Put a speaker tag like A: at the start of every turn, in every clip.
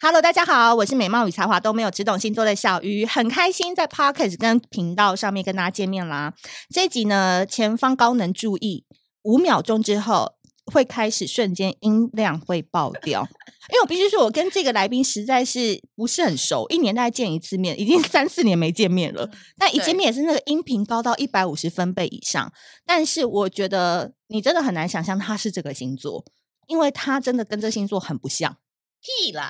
A: Hello，大家好，我是美貌与才华都没有，只懂星座的小鱼，很开心在 Podcast 跟频道上面跟大家见面啦。这一集呢，前方高能注意，五秒钟之后会开始瞬间音量会爆掉，因为我必须说，我跟这个来宾实在是不是很熟，一年大概见一次面，已经三四年没见面了。但一见面也是那个音频高到一百五十分贝以上，但是我觉得你真的很难想象他是这个星座，因为他真的跟这星座很不像。
B: 屁啦！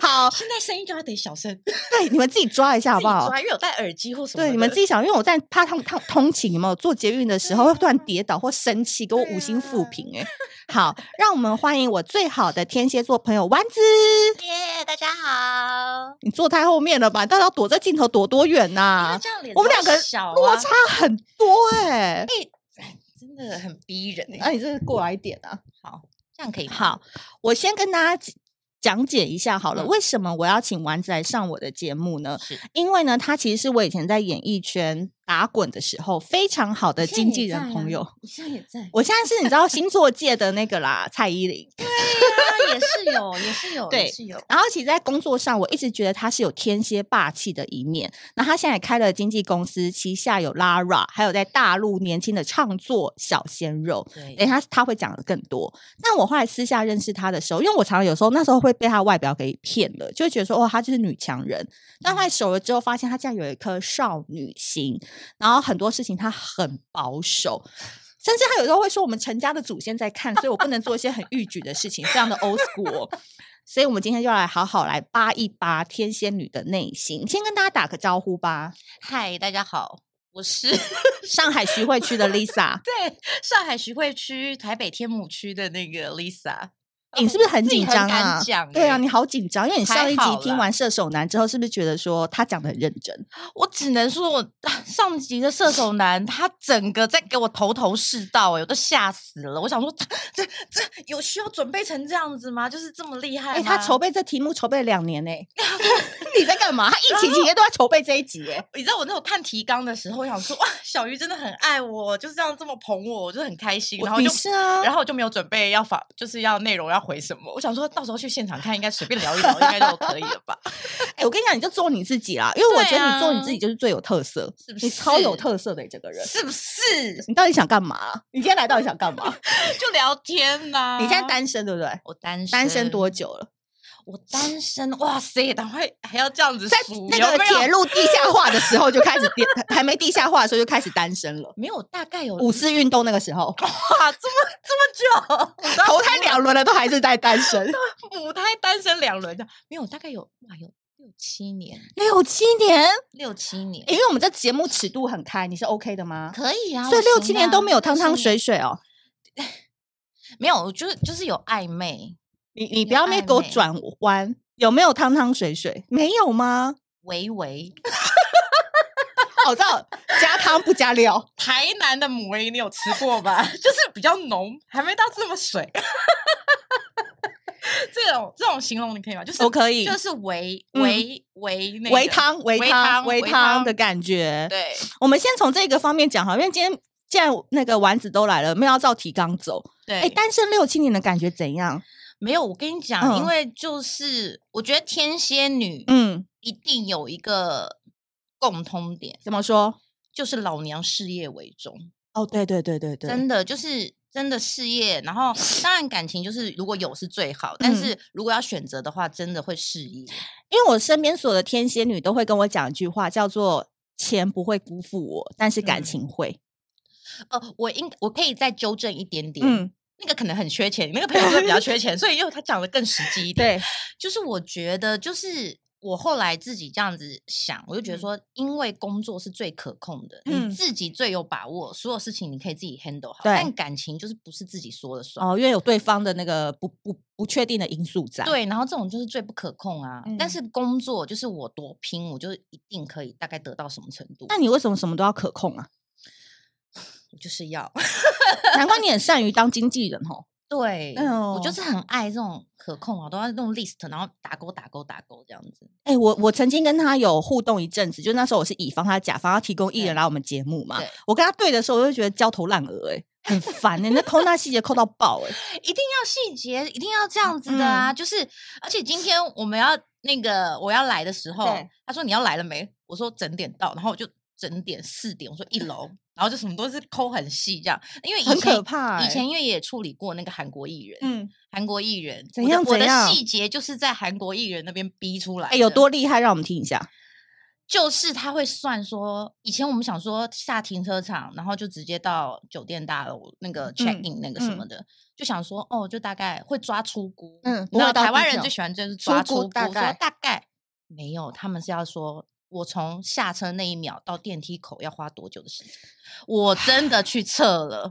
A: 好，
B: 现在声音就要得小声，
A: 对，你们自己抓一下好不
B: 自己
A: 好？
B: 抓因为有戴耳机或什么的。
A: 对，你们自己想，因为我在怕通通通勤，有没有坐捷运的时候会突然跌倒或生气，给我五星负评哎。好，让我们欢迎我最好的天蝎座朋友丸子，
B: 耶，大家好。
A: 你坐太后面了吧？你到底要躲在镜头躲多远
B: 啊，
A: 呐、
B: 这样脸
A: 我们两个
B: 小啊
A: 落差很多哎、
B: 真的很逼人
A: 那、
B: 哎。
A: 你这是过来一点啊！
B: 这样可以吗？
A: 好，我先跟大家讲解一下好了，
B: 嗯
A: 为什么我要请丸子来上我的节目呢？
B: 是
A: 因为呢，他其实是我以前在演艺圈打滚的时候非常好的经纪人朋友。，
B: 啊你现在也在啊，
A: 我现在是你知道星座界的那个啦，蔡依林。
B: 啊你现在也在也是有，也是有，
A: 对
B: 也是有。
A: 然后其实，在工作上，我一直觉得他是有天蝎霸气的一面。那他现在也开了经纪公司，旗下有 Lara，还有在大陆年轻的唱作小鲜肉。等
B: 对
A: 一，下他会讲的更多。但我后来私下认识他的时候，因为我常常有时候那时候会被他的外表给骗了，就会觉得说哦，她就是女强人。但后来熟了之后，发现她竟然有一颗少女心，然后很多事情她很保守。甚至她有时候会说我们陈家的祖先在看，所以我不能做一些很逾矩的事情，非常的 old school 哦。所以，我们今天就来好好来扒一扒天蝎女的内心。先跟大家打个招呼吧，
B: 嗨，大家好，我是
A: 上海徐汇区的 Lisa，
B: 对啊上海徐汇区、台北天母区的那个 Lisa。
A: 你是不是很
B: 自己
A: 紧张
B: 敢
A: 啊？
B: 讲
A: 对啊，
B: 欸
A: 你好紧张，因为你
B: 还
A: 上一集
B: 好
A: 听
B: 啦
A: 完《射手男》之后，是不是觉得说他讲的很认真？
B: 我只能说我，啊上集的射手男他整个在给我头头是道、欸，我都吓死了。我想说，这这这有需要准备成这样子吗？就是这么厉害吗？
A: 哎、他筹备这题目筹备了两 年呢、你在干嘛？他疫情期间都在筹备这一集耶、
B: 你知道我那种看提纲的时候，我想说，哇，小鱼真的很爱我，就是这样这么捧我，我就很开心。
A: 我
B: 然后
A: 你
B: 就是
A: 啊，
B: 然后我就没有准备要发，就是要内容要回什么。我想说到时候去现场看，应该随便聊一聊，应该都可以了吧？
A: 哎、我跟你讲，你就做你自己啦，因为我
B: 对
A: 觉得你做你
B: 啊
A: 自己就是最有特色，
B: 是不
A: 你超有
B: 是
A: 特色的、这个人。
B: 是不是？
A: 你到底想干嘛？你今天来到底想干嘛？
B: 就聊天呐、
A: 你现在单身对不对？
B: 我啊单
A: 单身多久了？
B: 我单身，哇塞，赶快还要这样子
A: 在
B: 数
A: 那
B: 有
A: 个
B: 没有
A: 铁路地下化的时候就开始地，还没地下化的时候就开始单身了。
B: 没有大概有
A: 五四运动那个时候，
B: 哇，这么这么久，我
A: 投胎两轮了都还是在单身，
B: 当母胎单身两轮的，没有大概有哇有六七年，
A: 六七年、
B: 六七年、
A: 因为我们这节目尺度很开，你是 OK 的吗？
B: 可以啊，
A: 所以
B: 我
A: 六
B: 行
A: 七年
B: 啊
A: 都没有汤
B: 六
A: 汤
B: 七
A: 水
B: 年
A: 水哦。
B: 没有，我就是就是有暧昧，
A: 你你不
B: 有
A: 要面
B: 暧
A: 给我
B: 昧
A: 转弯，有没有汤汤水水？没有吗？
B: 微微，
A: 哦我知道，加汤不加料。
B: 台南的母威你有吃过吧？ 就是比较浓，还没到这么水。 这种这种形容你可以吗？就是
A: 我 可以
B: 就是微
A: 嗯
B: 微微那
A: 微
B: 个
A: 汤，微
B: 微
A: 汤，
B: 汤
A: 微
B: 微
A: 汤
B: 汤
A: 的感觉。
B: 对，
A: 我们先从这个方面讲好，因为今天既然那个丸子都来了，没有要照提纲走。
B: 对，
A: 哎，单身六七年的感觉怎样？
B: 没有，我跟你讲，
A: 嗯
B: 因为就是我觉得天蝎女
A: 嗯，
B: 一定有一个共通点，
A: 怎么说？
B: 就是老娘事业为重，
A: 哦，对对对对对，
B: 真的就是真的事业。然后当然感情就是如果有是最好，但
A: 嗯
B: 是如果要选择的话，真的会事业。
A: 因为我身边所有的天蝎女都会跟我讲一句话，叫做“钱不会辜负我，但是感
B: 嗯
A: 情会
B: 呃，我应我可以再纠正一点”点，
A: 嗯。
B: 那个可能很缺钱，那个朋友真的比较缺钱，所以因为他讲的更实际一点。
A: 对，
B: 就是我觉得，就是我后来自己这样子想，我就觉得
A: 嗯
B: 说，因为工作是最可控的，
A: 嗯
B: 你自己最有把握，所有事情你可以自己 handle 好。
A: 对
B: 但感情就是不是自己说了 算。
A: 哦，因为有对方的那个不不不确定的因素在。，
B: 对，然后这种就是最不可控啊。
A: 嗯
B: 但是工作就是我多拼，我就一定可以大概得到什么程度，
A: 那你为什么什么都要可控啊？
B: 我就是要
A: 难怪你很善于当经纪人哦。
B: 对，我
A: 哦
B: 就是很爱这种可控啊，我都要弄 list，然后打勾打勾打勾这样子。
A: 哎、我我曾经跟他有互动一阵子，就那时候我是乙方，他是甲方，他提供艺人
B: 对
A: 来我们节目嘛
B: 对。
A: 我跟他对的时候，我就觉得焦头烂额、哎，很烦哎、那抠那细节抠到爆哎、
B: 一定要细节，一定要这样子的啊！
A: 嗯
B: 就是，而且今天我们要那个我要来的时候
A: 对，
B: 他说你要来了没？我说整点到，然后我就整点四点，我说一 楼，然后就什么都是抠很细这样，因为以前
A: 很可怕哎
B: 以前因为也处理过那个韩国艺人，
A: 嗯，
B: 韩国艺人
A: 怎
B: 我的
A: 样
B: 我
A: 怎样
B: 的细节就是在韩国艺人那边逼出来
A: 哎、
B: 的，
A: 有多厉害？让我们听一下。
B: 就是他会算说，以前我们想说下停车场，然后就直接到酒店大楼那个 check
A: 嗯
B: in 那个什
A: 嗯
B: 么的，就想说哦，就大概会抓出估，
A: 嗯不
B: 你知
A: 会
B: 道
A: 到
B: 台湾
A: detail
B: 人最喜欢就是
A: 出
B: 抓
A: 估
B: 出
A: 大
B: 说
A: 概
B: 大概没有，他们是要说。我从下车那一秒到电梯口要花多久的时间？我真的去测了，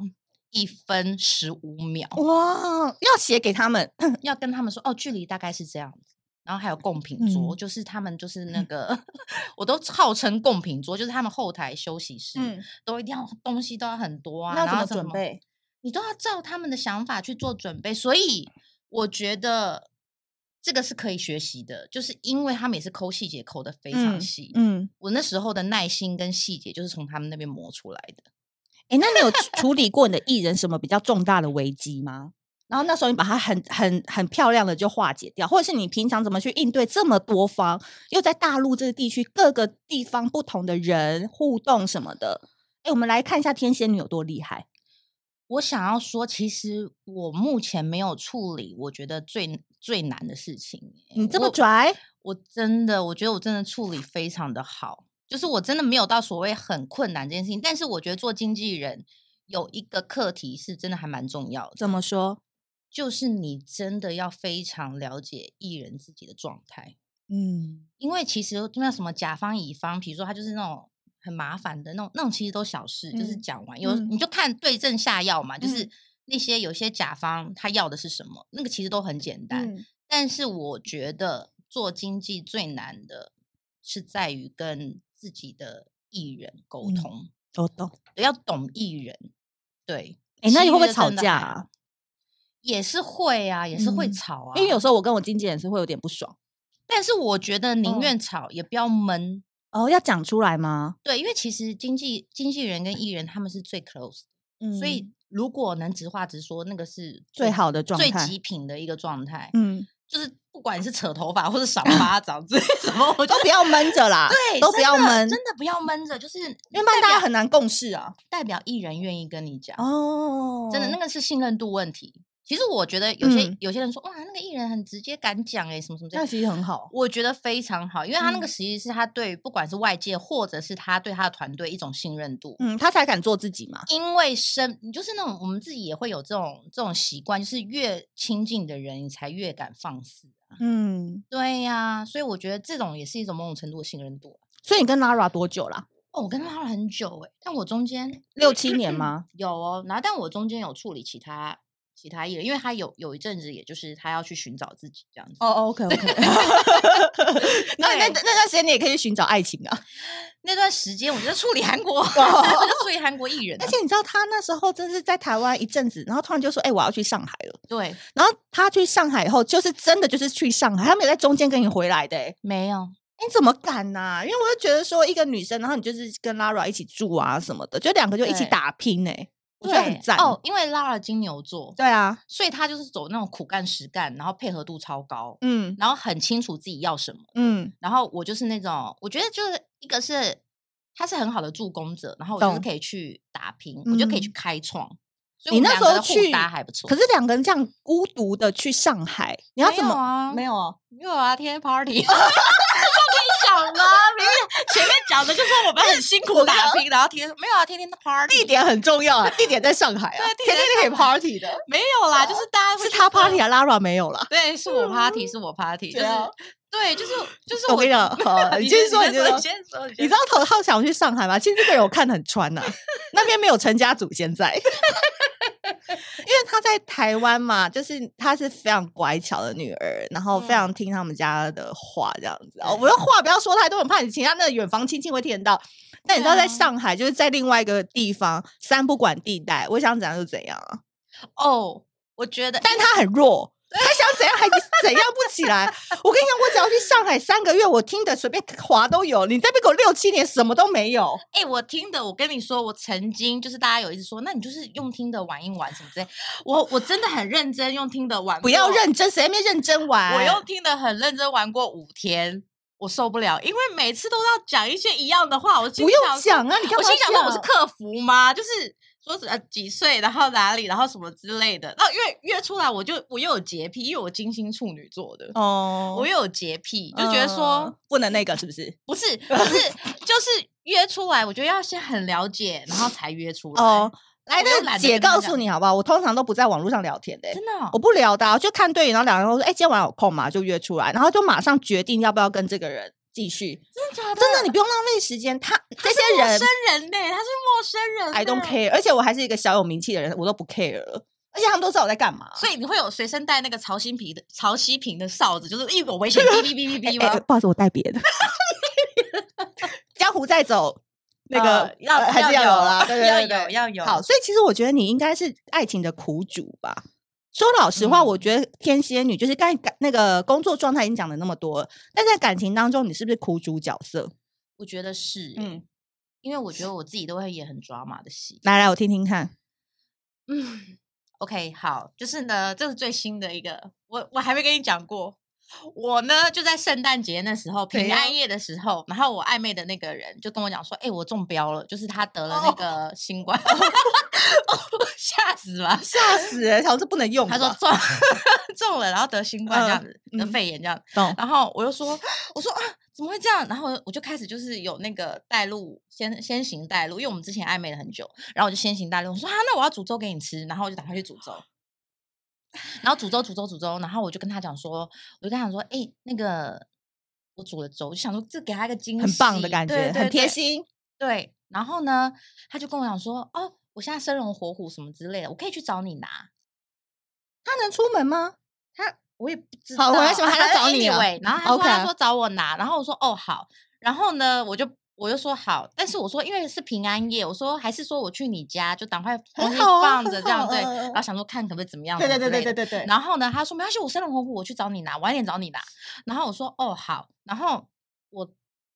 B: 一分十五秒，
A: 哇，要写给他们，
B: 要跟他们说哦，距离大概是这样子。然后还有贡品桌，
A: 嗯
B: 就是他们就是那个， 我都号称贡品桌，就是他们后台休息 室、
A: 嗯，
B: 都一定要东西都要很多啊，
A: 那要
B: 然
A: 怎么
B: 后什
A: 准备？
B: 你都要照他们的想法去做准备。所以我觉得这个是可以学习的，就是因为他们也是抠细节抠的非常细。
A: 嗯，
B: 我那时候的耐心跟细节就是从他们那边磨出来的。
A: 哎、那你有处处理过你的艺人什么比较重大的危机吗？然后那时候你把它很很很漂亮的就化解掉，或者是你平常怎么去应对这么多方，又在大陆这个地区各个地方不同的人互动什么的？哎、我们来看一下天仙女有多厉害。
B: 我想要说，其实我目前没有处理我觉得最最难的事情耶。
A: 你这么
B: 我
A: 拽，
B: 我真的，我觉得我真的处理非常的好，就是我真的没有到所谓很困难这件事情。但是我觉得做经纪人有一个课题是真的还蛮重要的，
A: 怎么说？
B: 就是你真的要非常了解艺人自己的状态，
A: 嗯，
B: 因为其实那什么甲方乙方，比如说他就是那种。很麻烦的那种，那种其实都小事，就是
A: 嗯
B: 讲完有、
A: 嗯
B: 你就看对症下药嘛，就是
A: 嗯
B: 那些有些甲方他要的是什么，那个其实都很简单。
A: 嗯
B: 但是我觉得做经济最难的是在于跟自己的艺人沟
A: 嗯
B: 通，
A: 我懂。
B: 要懂艺人。对，
A: 哎、那
B: 其
A: 你会不
B: 余
A: 会
B: 的
A: 吵
B: 真的
A: 架
B: 还
A: 啊
B: 好？也是会啊，也是会
A: 嗯
B: 吵啊。
A: 因为有，时候我跟我经纪人是会有点不爽。
B: 但是我觉得宁
A: 嗯
B: 愿吵也不要闷。
A: 哦，要讲出来吗？
B: 对，因为其实经纪经纪人跟艺人他们是最 close，、
A: 嗯
B: 的，所以如果能直话直说，那个是
A: 最好的状
B: 最
A: 态
B: 极品的一个状态。
A: 嗯，
B: 就是不管你是扯头发 或是赏巴掌之类什么， 我
A: 都不要闷着啦，
B: 对，
A: 都不
B: 真
A: 要
B: 的
A: 闷
B: 真的不要闷着，就是
A: 因为不然大
B: 代
A: 家
B: 表
A: 很难共事啊。
B: 代表艺人愿意跟你讲，
A: 哦
B: 真的那个是信任度问题。其实我觉得有些、
A: 嗯
B: 有些人说哇，那个艺人很直接敢讲哎、什么什么这
A: 那
B: 样，
A: 其实很好。
B: 我觉得非常好，因为他那
A: 嗯
B: 个其实是他对不管是外界或者是他对他的团队一种信任度。
A: 嗯，他才敢做自己嘛。
B: 因为身你就是那种我们自己也会有这种这种习惯，就是越亲近的人，你才越敢放肆。啊
A: 嗯，
B: 对呀、所以我觉得这种也是一种某种程度的信任度啊。
A: 所以你跟 Lara 多久啦？
B: 哦，我跟他拉了很久哎、但我中间
A: 六七年吗？
B: 有哦，然后但我中间有处理其他其他艺人，因为他有有一阵子，也就是他要去寻找自己这样子。
A: 哦，OK OK。那那那
B: 对
A: 段时间你也可以去寻找爱情 啊。
B: 那段时间我就在处理韩国， 我就处理韩国艺人
A: 哦
B: 啊、
A: 而且你知道他那时候真是在台湾一阵子，然后突然就说：“哎、我要去上海了。
B: 对，”
A: 然后他去上海以后，就是真的就是去上海，他没有在中间跟你回来的、欸。
B: 没有，
A: 你怎么敢呐、因为我就觉得说，一个女生，然后你就是跟 Lara 一起住啊什么的，就两个就一起
B: 对
A: 打拼哎、我觉得很
B: 对
A: 赞
B: 哦。因为拉了金牛座，
A: 对啊，
B: 所以他就是走那种苦干实干，然后配合度超高，
A: 嗯
B: 然后很清楚自己要什么。
A: 嗯，
B: 然后我就是那种，我觉得就是一个是他是很好的助攻者，然后我就是
A: 懂
B: 可以去打拼，我就可以去
A: 嗯
B: 开创。所以
A: 你
B: 我们
A: 那
B: 两
A: 时
B: 个
A: 候
B: 的互
A: 去
B: 搭还不错。
A: 可是两个人这样孤独的去上海，你要
B: 没
A: 怎
B: 有
A: 么？
B: 啊？
A: 没有啊，
B: 没有啊，天天 party。都跟你讲了，明明前面讲的就是我们很辛苦打拼，然后天没有啊，天天 party
A: 地点很重要啊， 地点在上海啊，
B: 对地
A: 天
B: 点
A: 天
B: 在
A: 可以 party 的，
B: 没有啦，就是大家会
A: 是
B: 去
A: 他
B: 喝
A: party 啊，Lara 没有啦。
B: 对，是我 party，是我 party，就
A: 对
B: 是
A: 啊
B: 对，就是就是
A: 我跟 你讲，好你先说，
B: 你
A: 你先说
B: 你。先说，
A: 你知道头号想去上海吗？其实这个人我看得很穿呐、那边没有陈家祖现在，因 为他在台湾嘛，就是她是非常乖巧的女儿，然后非
B: 嗯
A: 常听他们家的话这样子。哦我的话不要说太多，很怕你其他那个远房亲戚会听得到。但你知道，在
B: 对啊
A: 上海就是在另外一个地方，三不管地带，我想怎样就怎样啊。
B: 哦，我觉得，
A: 但他很弱，他想怎样还是怎样不起来。我跟你讲，我只要去上海三个月，我听的随便滑都有。你再边给我六七年，什么都没有。
B: 哎、我听的，我跟你说，我曾经就是大家有一直说，那你就是用听的玩一玩什么之类，我我真的很认真用听的玩过，
A: 不要认真，谁还没认真玩？
B: 我用听的很认真玩过五天，我受不了，因为每次都要讲一些一样的话，我心
A: 不
B: 里
A: 用
B: 想说
A: 讲啊！你干
B: 我
A: 嘛
B: 心想说我是
A: 讲
B: 客服吗？就是说是呃几岁，然后哪里，然后什么之类的。那越越出来，我就我又有洁癖，因为我金星处女座的，
A: 哦，
B: 我又有洁癖，就觉得说、
A: 嗯不能那个是不是？
B: 不是不是 就是约出来，我觉得要先很了解，然后才约出来。
A: 哦，来
B: 我又
A: 的
B: 懒得
A: 姐
B: 跟他
A: 告诉
B: 讲
A: 你好不好？我通常都不在网络上聊天的欸、
B: 真的哦、
A: 我不聊的、啊，就看对眼，然后两个人都说：“哎、今天晚上有空嘛？”就约出来，然后就马上决定要不要跟这个人继续。
B: 真的假的？啊
A: 真的，你不用浪费时间。他这
B: 他是
A: 些
B: 陌
A: 人
B: 生人呢、他是陌生人、
A: ，I don't。care，而且我还是一个小有名气的人，我都不 care 了。而且他们都知道我在干嘛。
B: 所以你会有随身带那个潮心皮的潮汐瓶的哨子，就是一有危险，哔哔哔哔哔
A: 哎哎
B: 吗？
A: 不好意思，我带别的。 江湖再走， 那个、
B: 呃要
A: 呃还是要
B: 要有
A: 啦，对对
B: 要
A: 对对
B: 有要有。
A: 好，所以其实我觉得你应该是爱情的苦主吧。说老实话，
B: 嗯
A: 我觉得天蝎女就是刚才感那个工作状态已经讲了那么多了，但在感情当中，你是不是苦主角色？
B: 我觉得是，
A: 嗯
B: 嗯，因为我觉得我自己都会演很抓马的戏。
A: 来来，我听听看。
B: 嗯，OK，好，就是呢，这是最新的一个，我我还没跟你讲过。我呢，就在圣诞节那时候，
A: 怎
B: 平
A: 样
B: 安夜的时候，然后我暧昧的那个人就跟我讲说：“哎、我中标了，就是他得了那
A: 哦
B: 个新冠，我 吓死了。”
A: 吓死人！想这不能用吧。
B: 他说中中 了，然后得新冠这样
A: 嗯
B: 子，得
A: 嗯
B: 肺炎这样。
A: 懂
B: 然后我又说，我说啊，怎么会这样？然后我就开始就是有那个带路，先先行带路，因为我们之前暧昧了很久，然后我就先行带路，我说啊，那我要煮粥给你吃，然后我就打算去煮粥。然后煮粥煮粥煮粥，然后我就跟他讲说，我就跟他讲说，哎、那个我煮了粥，就想说这给他一个惊喜，
A: 很棒的感
B: 对
A: 觉，很
B: 对
A: 贴
B: 对
A: 心。
B: 对，然后呢，他就跟我讲说，哦，我现在生龙活虎什么之类的，我可以去找你拿。
A: 他能出门吗？
B: 他我也不知道，
A: 好我为什么还
B: 反
A: 要
B: 正
A: 找你啊
B: anyway，然后他说他
A: OK
B: 说找我拿，然后我说哦好，然后呢我就我就说好，但是我说因为是平安夜，我说还是说我去你家就赶快
A: 很
B: 东西
A: 好啊
B: 放
A: 很
B: 着这样
A: 好
B: 对，
A: 嗯嗯
B: 然后想说看可不可以怎么样，
A: 对
B: 什
A: 对
B: 么
A: 对
B: 之
A: 对
B: 类
A: 对
B: 的
A: 对对。
B: 然后呢，他说没关系，我生龙活虎，我去找你拿，晚一点找你拿。然后我说哦好，然后我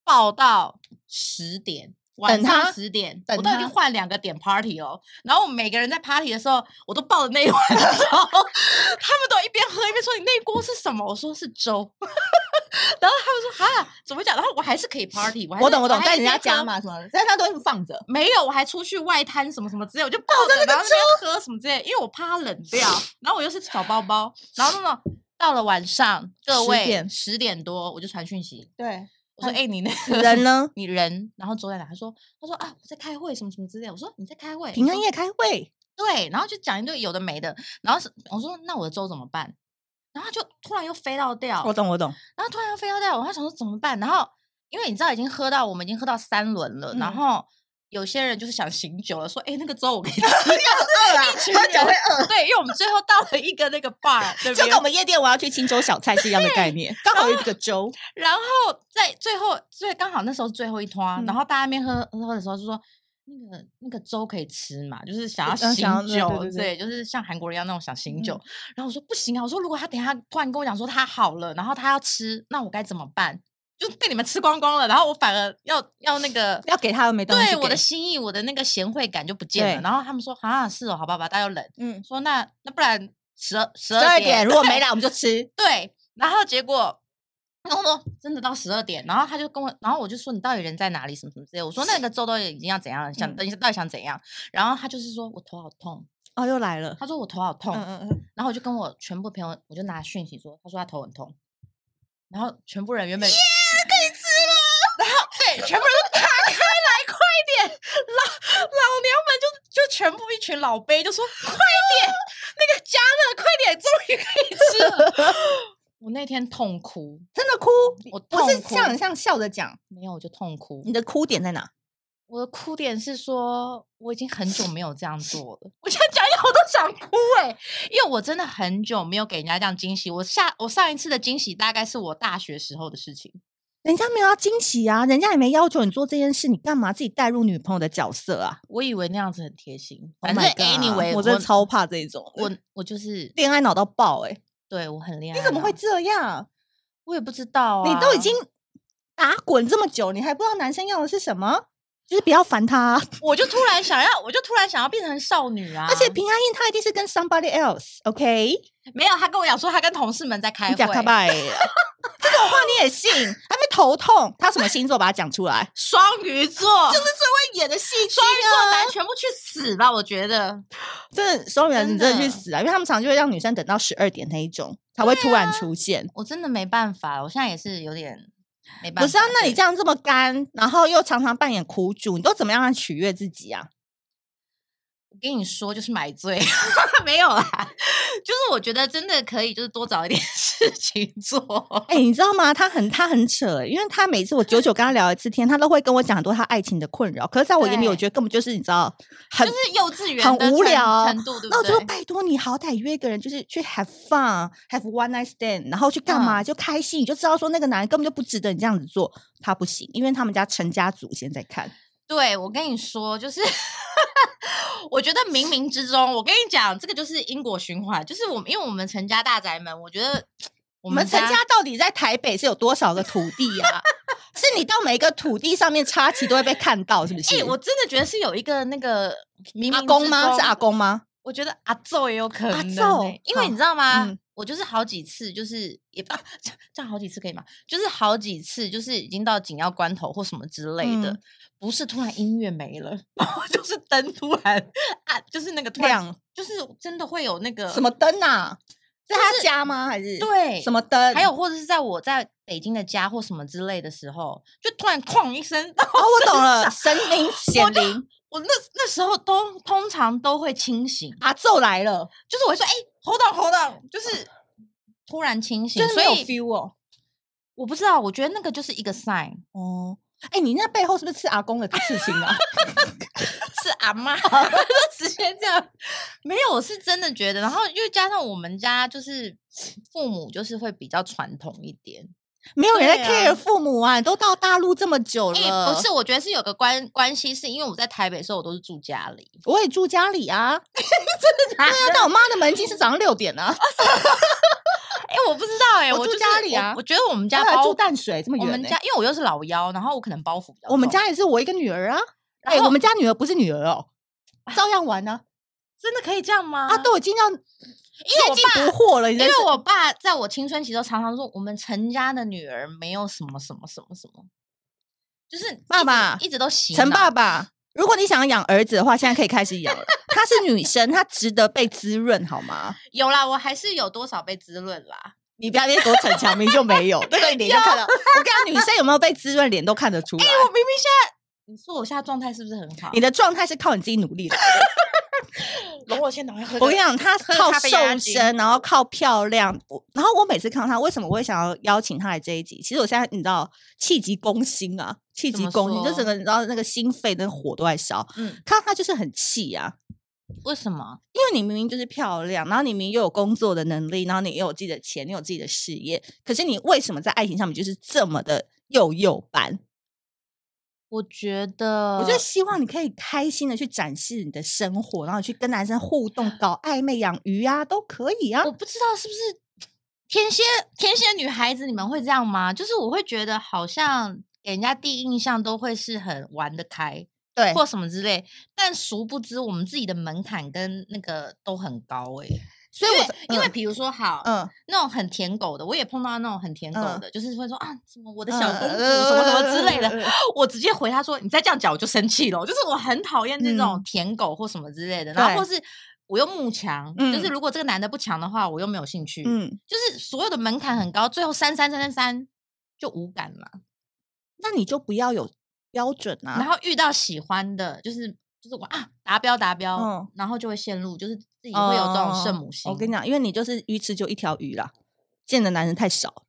B: 报到十点。晚
A: 等他
B: 上十点，
A: 等
B: 我都已经
A: 他
B: 换两个点 party 了哦。然后我们每个人在 party 的时候，我都抱着那一 碗粥，他们都一边喝一边说：“你那锅是什么？”我说：“是粥。”然后他们说：“哈，怎么讲？”然后我还是可以 party，我还
A: 我
B: 是
A: 懂我懂，
B: 还
A: 在
B: 是
A: 人家
B: 可以
A: 家
B: 喝
A: 嘛什么的，但他都西放着。
B: 没有，我还出去外滩什么什么之类，我就抱
A: 哦
B: 着、然后在那边喝什么之类，因为我怕它冷掉。然后我又是小包包，然后那种到了晚上，各
A: 10
B: 位
A: 点
B: 十点多我就传讯息，
A: 对，
B: 我说：“哎、你那个
A: 人呢？
B: 你人，然后走在哪？”他说：“他说啊，我在开会什么什么之类。”我说：“你在开会？
A: 平
B: 他
A: 安
B: 说
A: 夜开会，
B: 对，然后就讲一堆有的没的，然后是我说那我的粥怎么办？然后他就突然又飞到掉，
A: 我哦懂我懂。
B: 然后突然又飞到掉，我还想说怎么办？然后因为你知道已经喝到我们已经喝到三轮了，然
A: 嗯
B: 后有些人就是想醒酒了，说哎、那个粥我给你吃，
A: 饿啦，他脚会饿，
B: 对，因为我们最后到了一 个那个 bar 那
A: 就跟
B: 边
A: 我，们夜店我要去青州小菜是一样的概念，刚好有一个粥。
B: 然后在最后，所以刚好那时候是最后一通啊，
A: 嗯
B: 然后大家那边喝喝的时候就说。那个那个粥可以吃嘛？就是想要
A: 呃想
B: 醒
A: 要对
B: 酒，
A: 对对对嗯
B: 就是像韩国人一样那种想醒酒。然后我说不行啊，我说如果他等一下突然跟我讲说他好了，然后他要吃，那我该怎么办？就被你们吃光光了，然后我反而要要那个
A: 要给他又没东西
B: 对
A: 给。
B: 我的心意，我的那个贤惠感就不见了。
A: 对
B: 然后他们说啊，是哦，好吧，吧，大家又冷，
A: 嗯，
B: 说那那不然十二十
A: 十二
B: 点
A: 点如果 没来我们就吃。
B: 对，然后结果他跟我说真的到十二点，然后他就跟我，然后我就说你到底人在哪里什么什么之类，我说 那个周都已经要怎样，想
A: 嗯
B: 等一下到底想怎样，然后他就是说我头好痛，
A: 哦，又来了。
B: 他说我头好痛，
A: 嗯嗯，
B: 然后我就跟我全部朋友，我就拿讯息说，他说他头很痛，然后全部人原本耶可以吃了，然后对全部人都打开来，快点，老老娘们就就全部一群老杯就说 快点，那个加热快点，终于可以吃了。我那天痛哭，
A: 真的哭，
B: 我
A: 不是
B: 痛哭
A: 像像笑着讲，
B: 没有我就痛哭
A: 你。的哭点在哪？
B: 我的哭点是说，我已经很久没有这样做了。我现在 讲一讲我都想哭哎、因为我真的很久没有给人家这样惊喜。我下我上一次的惊喜大概是我大学时候的事情，
A: 人家没有要惊喜啊，人家也没要求你做这件事，你干嘛自己带入女朋友的角色啊？
B: 我以为那样子很贴心，
A: Oh
B: 反正
A: my god，
B: anyway，
A: 我真的超怕这种的，
B: 我我就是
A: 恋爱脑到爆哎、
B: 对我很恋爱
A: 你
B: 脑，
A: 怎么会这样？
B: 我也不知道啊，
A: 你都已经打滚这么久，你还不知道男生要的是什么？就是不要烦他啊、
B: 我就突然想要，我就突然想要变成少女啊！
A: 而且平安夜他一定是跟 somebody else，OK？、
B: 没有，他跟我讲说他跟同事们在开
A: 你
B: 会，
A: 讲他 拜，这种话你也信？还没头痛？他什么星座？把它讲出来。
B: 双鱼座，
A: 就是最会演的戏剧
B: 双鱼座
A: 啊！
B: 男全部去死吧！我觉得
A: 真的，双鱼男你真的啊去
B: 真的
A: 死啊！因为他们常常就会让女生等到十二点那一种才会突然出现。
B: 我真的没办法，我现在也是有点没办法。
A: 不是啊，那你
B: 对
A: 这样这么干，然后又常常扮演苦主，你都怎么样来取悦自己啊？
B: 我跟你说，就是买醉， 没有啦，就是我觉得真的可以，就是多找一点 事情做。
A: 哎、你知道吗？他很他很扯、欸因为他每次我久久跟他聊一次天，他都会跟我讲很多他爱情的困扰。可是，在我眼里，我
B: 对
A: 觉得根本就是你知道，很
B: 就是幼稚园
A: 很
B: 的
A: 无
B: 程
A: 聊
B: 程度，对
A: 那我
B: 不
A: 就说
B: 对？
A: 拜托你，好歹约一个人，就是去 have fun，have one night stand，然后去干
B: 嗯
A: 嘛、就开心，你就知道说那个男人根本就不值得你这样子做，他不行，因为他们家陈家祖先在看，
B: 对，我跟你说，就是 我觉得冥冥之中，我跟你讲，这个就是因果循环，就是我们因为我们陈家大宅门，我觉得
A: 我
B: 我
A: 们陈家到底在台北是有多少个土地啊？ 是你到每一个土地上面插旗都会被看到，是不是？
B: 哎、我真的觉得是有一个那个冥冥
A: 阿公
B: 之
A: 吗？是
B: 中
A: 阿，公吗？
B: 我觉得阿昼也有可能、
A: 阿
B: 欸，
A: 昼
B: 因为
A: 好
B: 你知道吗？
A: 嗯
B: 我就是好几次，就是也不、啊、这样这样好几次可以吗？就是好几次，就是已经到紧要关头或什么之类的，
A: 嗯
B: 不是突然音乐没了， 然后就是灯突然 啊，就是那个突然，
A: 亮
B: 就是真的会有那个
A: 什么灯啊？在
B: 就
A: 他
B: 是
A: 家吗？还是
B: 对
A: 什么灯？哦
B: 还有或者是在我在北京的家或什么之类的时候，就突然哐一声， 然后
A: 哦，我懂
B: 身
A: 了，
B: 上。
A: 神灵显
B: 就
A: 灵，
B: 我那那时候都通常都会清醒，
A: 阿昼啊来了，
B: 就是我会说，哎、h o l d on hold on，就是突然清醒，
A: 就是
B: 所
A: 没有
B: 以
A: feel 哦。
B: 我不知道，我觉得那个就是一 个 sign，
A: 哦，哎、你那背后是不是吃阿公 的刺青啊？
B: 是阿妈 就直接这样，没有，我是真的觉得，然后又加上我们家就是父母就是会比较传统一点，
A: 没有人在
B: 对啊
A: care 父母啊，你都到大陆这么久
B: 哎、
A: 了，
B: 不是，，我觉得是有个关关系，是因为我在台北的时候我都是住家里，
A: 我也住家里啊。
B: 对啊
A: 对啊，但我妈的门禁是早上六点 啊，
B: 哎、我不知道哎、
A: 我
B: 我
A: 住
B: 就是
A: 家里
B: 我
A: 啊
B: 我觉得我们家
A: 她还
B: 包
A: 住淡水这么
B: 我
A: 远、欸，
B: 们家因为我又是老幺，然后我可能包袱比较重。
A: 我们家也是我一个女儿啊。
B: 然
A: 哎、我
B: 后
A: 们家女儿不是女儿哦，照样玩呢、
B: 真的可以这样吗？
A: 啊。都已经要
B: 因为
A: 接
B: 我
A: 近
B: 爸，
A: 不惑了，你
B: 因
A: 真是
B: 为我爸在我青春期都常常说，我们陈家的女儿没有什么什么什么什么，就是一
A: 爸
B: 直
A: 爸
B: 一直都洗
A: 陈
B: 脑
A: 爸爸，如果你想要养儿子的话，现在可以开始养了。她是女生，她值得被滋润，好吗？
B: 有啦，我还是有多少被滋润啦。
A: 你不要那躲逞强，明就没 有，啊哎那个脸就看到。我跟你讲，女生有没有被滋润，脸都看得出来。
B: 明明现在。你说我现在状态是不是很好？
A: 你的状态是靠你自己努力的。
B: 容我先拿一喝
A: 我跟你讲， 她
B: 喝
A: 靠
B: 咖啡压
A: 瘦
B: 惊
A: 身，然后靠漂亮。我然后我每次看到她，为什么我会想要邀请她来这一集？其实我现在你知道，气急攻心啊，气
B: 怎
A: 急
B: 么
A: 攻心，就
B: 说
A: 整个你知道那个心肺那个火都在烧。
B: 嗯，
A: 看到她就是很气啊，
B: 为什么？
A: 因为你明明就是漂亮，然后你明明又有工作的能力，然后你又有自己的钱，你有自己的事业，可是你为什么在爱情上面就是这么的幼幼班？
B: 我觉得，
A: 我就希望你可以开心的去展示你的生活，然后去跟男生互 动，搞暧昧、养鱼啊，都可以啊
B: 我。不知道是不是天蝎天蝎女孩子，你们会这样吗？就是我会觉得好像给人家第一印象都会是很玩得开
A: 对
B: 或什么之类，但殊不知我们自己的门槛跟那个都很高哎、
A: 所以
B: 因
A: 我
B: 为
A: 才
B: 因为
A: 嗯
B: 比如说好、
A: 嗯，
B: 那种很舔狗的，我也碰到那种很舔狗
A: 嗯
B: 的，就是会说啊什么我
A: 我
B: 的小公主什么什么之类的，
A: 呃
B: 我直接回他说：“你再这样讲，我就生气了。”就是我很讨厌这种
A: 嗯
B: 舔狗或什么之类的，然后或是我又慕强，就是
A: 嗯
B: 如果这个男的不强的话，我又没有兴趣。
A: 嗯，
B: 就是所有的门槛很高，最后三三三三三就无感了。
A: 那你就不要有标准啊。
B: 然后遇到喜欢的，就是就是我啊达标达标，
A: 嗯哦
B: 然后就会陷入，就是自己会有这种圣母心。
A: 我跟你
B: 讲，
A: 讲，因为你就是鱼池就一条鱼啦，见的男人太少。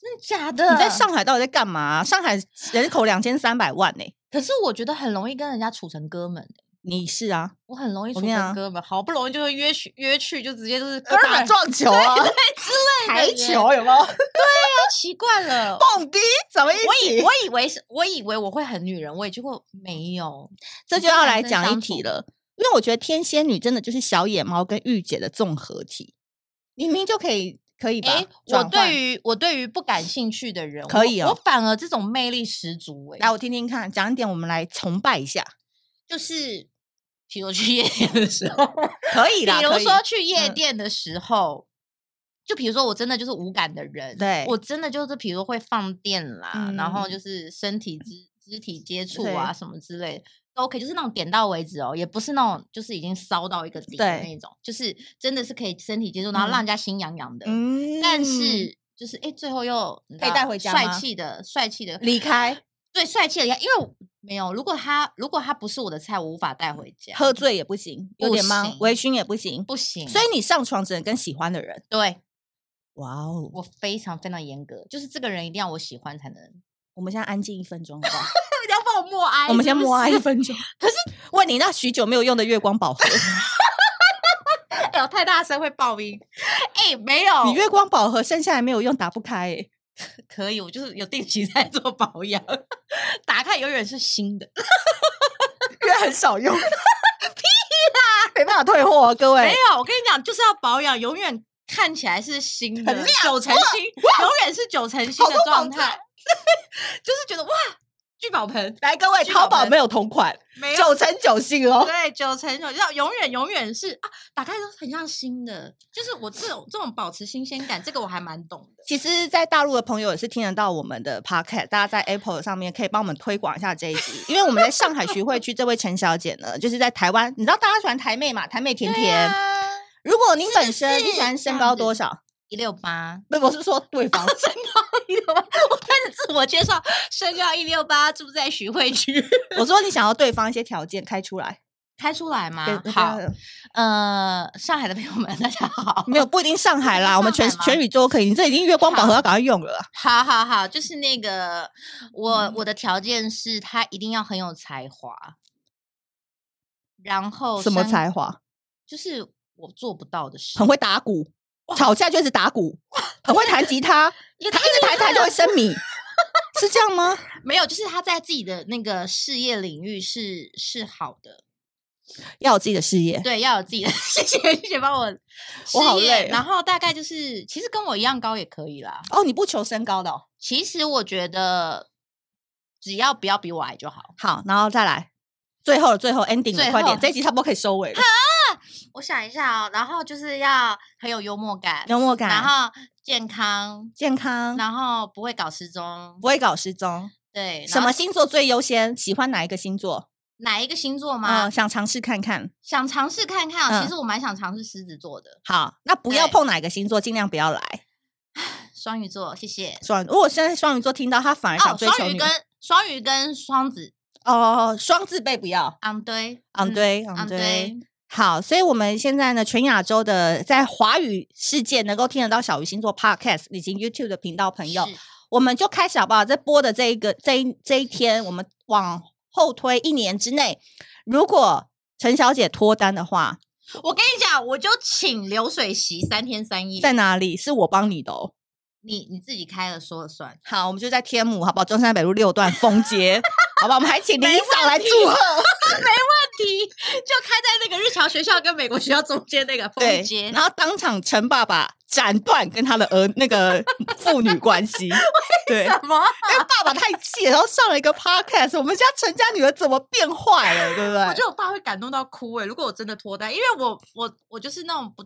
B: 真的假的？
A: 你在上，海到底在啊干嘛？上海人口两千三百万呢、
B: 可是我觉得很容易跟人家处成哥们欸、
A: 你是啊，
B: 我很容易
A: 我
B: 处
A: 跟你
B: 成
A: 讲
B: 哥们，好不容易就会约去约去，就直接就是哥们
A: 打
B: 儿，
A: 撞球啊，
B: 类
A: 排
B: 的耶
A: 球有没 有？
B: 太奇怪了。
A: 蹦迪怎么一
B: 我以
A: 起？
B: 我以为是，我以为我会很女人味，结果没 有。
A: 这
B: 你
A: 就
B: 跟
A: 要
B: 男
A: 来
B: 生
A: 讲一
B: 相
A: 题
B: 处
A: 了，因为我觉得天蝎女真的就是小野猫跟御姐的综合体，你明明就可以可以吧？
B: 诶我
A: 转换
B: 对于我对于不感兴趣的人，
A: 可
B: 我
A: 以
B: 我
A: 哦
B: 反而这种魅力十足哎、
A: 来，我听听看，讲一点，我们来崇拜一下，
B: 就是比如去夜店的时候，
A: 可以
B: 比
A: 啦。
B: 如
A: 可以
B: 说去夜
A: 嗯
B: 店的时候，就比如说我真的就是无感的人，
A: 对嗯
B: 我真的就是比如会放电啦，然后就是身体肢肢体接触啊
A: 对
B: 什么之类的。都可以，就是那种点到为止哦，也不是那种就是已经骚到一个底的
A: 对
B: 那种，就是真的是可以身体接触，然后
A: 嗯
B: 让人家心痒痒的。
A: 嗯
B: 但是就是哎、诶最后又你知
A: 可以
B: 道
A: 带回家
B: 帅
A: 吗
B: 气的帅气的
A: 离开
B: 对帅气的离开，因为我没有如果他如果他不是我的菜，我无法带回家，
A: 喝醉也不行，有
B: 不
A: 点忙，
B: 行
A: 微醺也不行，
B: 不行。
A: 所以你上床只能跟喜欢的人。
B: 对
A: 哇哦，
B: 我非常非常严格，就是这个人一定要我喜欢才能。
A: 我们现在安静一分钟好不好，
B: 你要帮我默哀
A: 我们
B: 是
A: 先
B: 不
A: 默哀
B: 是
A: 一分钟。可是问你，那许久没有用的月光宝盒，
B: 哎呦，太大声会爆音。哎、没有，
A: 你月光宝盒剩下来没有用，打不开欸。
B: 可以，我就是有定期在做保养， 打开永远是新的。
A: 因为很少 用。屁啦，没办法退货、哦，各
B: 没
A: 位。
B: 有，我跟你讲，就是要保养，永远看起来是新的，
A: 很亮
B: 九成新，永远是九成新
A: 好
B: 的
A: 多
B: 状
A: 网站
B: 态，就是觉得哇，聚宝盆
A: 来，各位，
B: 聚
A: 淘
B: 宝
A: 宝
B: 盆
A: 没有同款，
B: 没有。
A: 九成九新哦。
B: 对，九成九，要永远永远是啊，打开都很像新的，就是我这种这种保持新鲜感，这个我还蛮懂的。
A: 其实，在大陆的朋友也是听得到我们的 podcast，大家在 Apple 上面可以帮我们推广一下这一集， 因为我们在上海徐汇区这位陈小姐呢，就是在台湾，你知道大家喜欢台妹嘛？台妹甜
B: 对
A: 甜。
B: 啊，
A: 如果您
B: 是
A: 本身你喜
B: 是
A: 欢
B: 这
A: 身
B: 样
A: 高
B: 子
A: 多少？
B: 一六八，
A: 不，我是说对方
B: 身高哦一六八， 我开始自我介绍，身高一六八，住在徐汇区，
A: 我说你想要对方一些条件开出来。
B: 开出来吗
A: 对，对
B: 啊好，
A: 对
B: 呃，上海的朋友们，大家好，
A: 没有不一定上海啦，
B: 上
A: 我们全
B: 海吗
A: 全宇宙都可以，你这已经月光宝盒要赶快用了啦。
B: 好好好，就是那个我我的条件是他一定要很有才华，然后
A: 什么
B: 身
A: 才华？
B: 就是我做不到的事，
A: 很会打鼓，吵架就是打鼓，很会弹吉 他，
B: 也
A: 他
B: 太
A: 一直弹一弹就会生 米，是这样吗？
B: 没有，就是他在自己的那个事业领域是是好的，
A: 要有自己的事业，
B: 对，要有自己的 谢谢谢谢帮我事
A: 我好累
B: 业
A: 哦
B: 然后大概就是其实跟我一样高也可以啦，
A: 哦，你不求身高的、哦，
B: 其实我觉得只要不要比我矮就好。
A: 好，然后再来。最后了，最后 ending
B: 最
A: 了，
B: 后
A: 快点！这一集差不多可以收尾了，
B: 我想一下哦，然后就是要很有幽默感，
A: 幽默
B: 然
A: 感、
B: 后健康，
A: 健康，
B: 然后不会搞失踪
A: 不，会搞失踪。
B: 对，然
A: 什么
B: 后
A: 星座最优先？喜欢哪一个星座？
B: 哪一个星座吗？
A: 嗯，想尝试看看。
B: 想尝试看看、
A: 嗯
B: 哦，其实我蛮想尝试狮子座的，
A: 好，那不要
B: 对
A: 碰哪一个星座，尽量不要来
B: 双鱼座，谢谢。
A: 双。如果现在双鱼座听到，他反而想
B: 哦，
A: 追求
B: 双鱼
A: 你。
B: 跟双鱼跟双子，
A: 哦，双字辈不要。
B: 嗯对，
A: 嗯，，对，嗯，
B: 嗯
A: 对
B: 对。，
A: 好，所以我们现在呢，全亚洲的在华语世界能够听得到小鱼星座 Podcast 以及 YouTube 的频道朋友，
B: 是
A: 我们就开始好不好？在播的这一个这一这一天，我们往后推一年之内，如果陈小姐脱单的话，
B: 我跟你讲，我就请流水席三天三夜，
A: 在哪里？是我帮你的哦。
B: 你你自己开了说了算。
A: 好，我们就在天母，好不好？中山北路六段封 街，好不好？我们还请林嫂来祝贺。
B: 问题就开在那个日侨学校跟美国学校中间那个
A: 对
B: 封街，
A: 然后当场陈爸爸斩断跟他的儿那 个父女关系。对，
B: 什么？
A: 因为爸爸太气了，然后上了一个 podcast，我们家陈家女儿怎么变坏了，对不
B: 我觉
A: 对？
B: 得我爸会感动到哭欸诶、如果我真的脱单，因为我我我就是那种不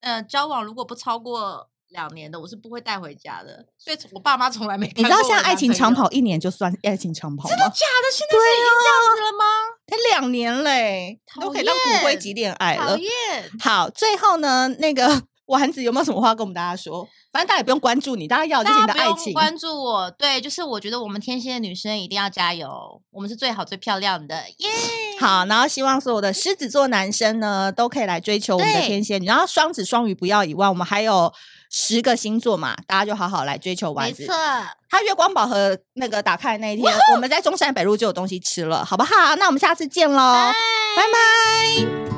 B: 呃交往如果不超过两年的，我是不会带回家的，所以我爸妈从来没
A: 你
B: 看
A: 知道
B: 过
A: 现在
B: 我
A: 爱
B: 男
A: 情
B: 朋
A: 长
B: 友
A: 跑一年就算爱情长跑
B: 真的
A: 吗？啊
B: 假的？现在是已经这样子了吗？
A: 才两年嘞，都可以
B: 讨
A: 当骨灰
B: 厌
A: 级恋爱
B: 讨
A: 了。
B: 厌，
A: 好，最后呢，那个 丸子有没有什么话跟我们大家说？反正大家也不用关注你，大家要的就是
B: 大
A: 你的
B: 家不
A: 爱
B: 用
A: 情。
B: 关注我，对，就是我觉得我们天蝎的女生一定要加油，我们是最好最漂亮的，耶、
A: 好，然后希望所有的狮子座男生呢，都可以来追求我们的
B: 对
A: 天蝎女。然后双子、双鱼不要以外，我们还有十个星座嘛，大家就好好来追求丸
B: 没
A: 子哦
B: 错。，哦
A: 他月光宝盒那个打开的那一天，我们在中山北路就有东西吃了，好不好？那我们下次见喽，
B: 拜
A: 拜拜。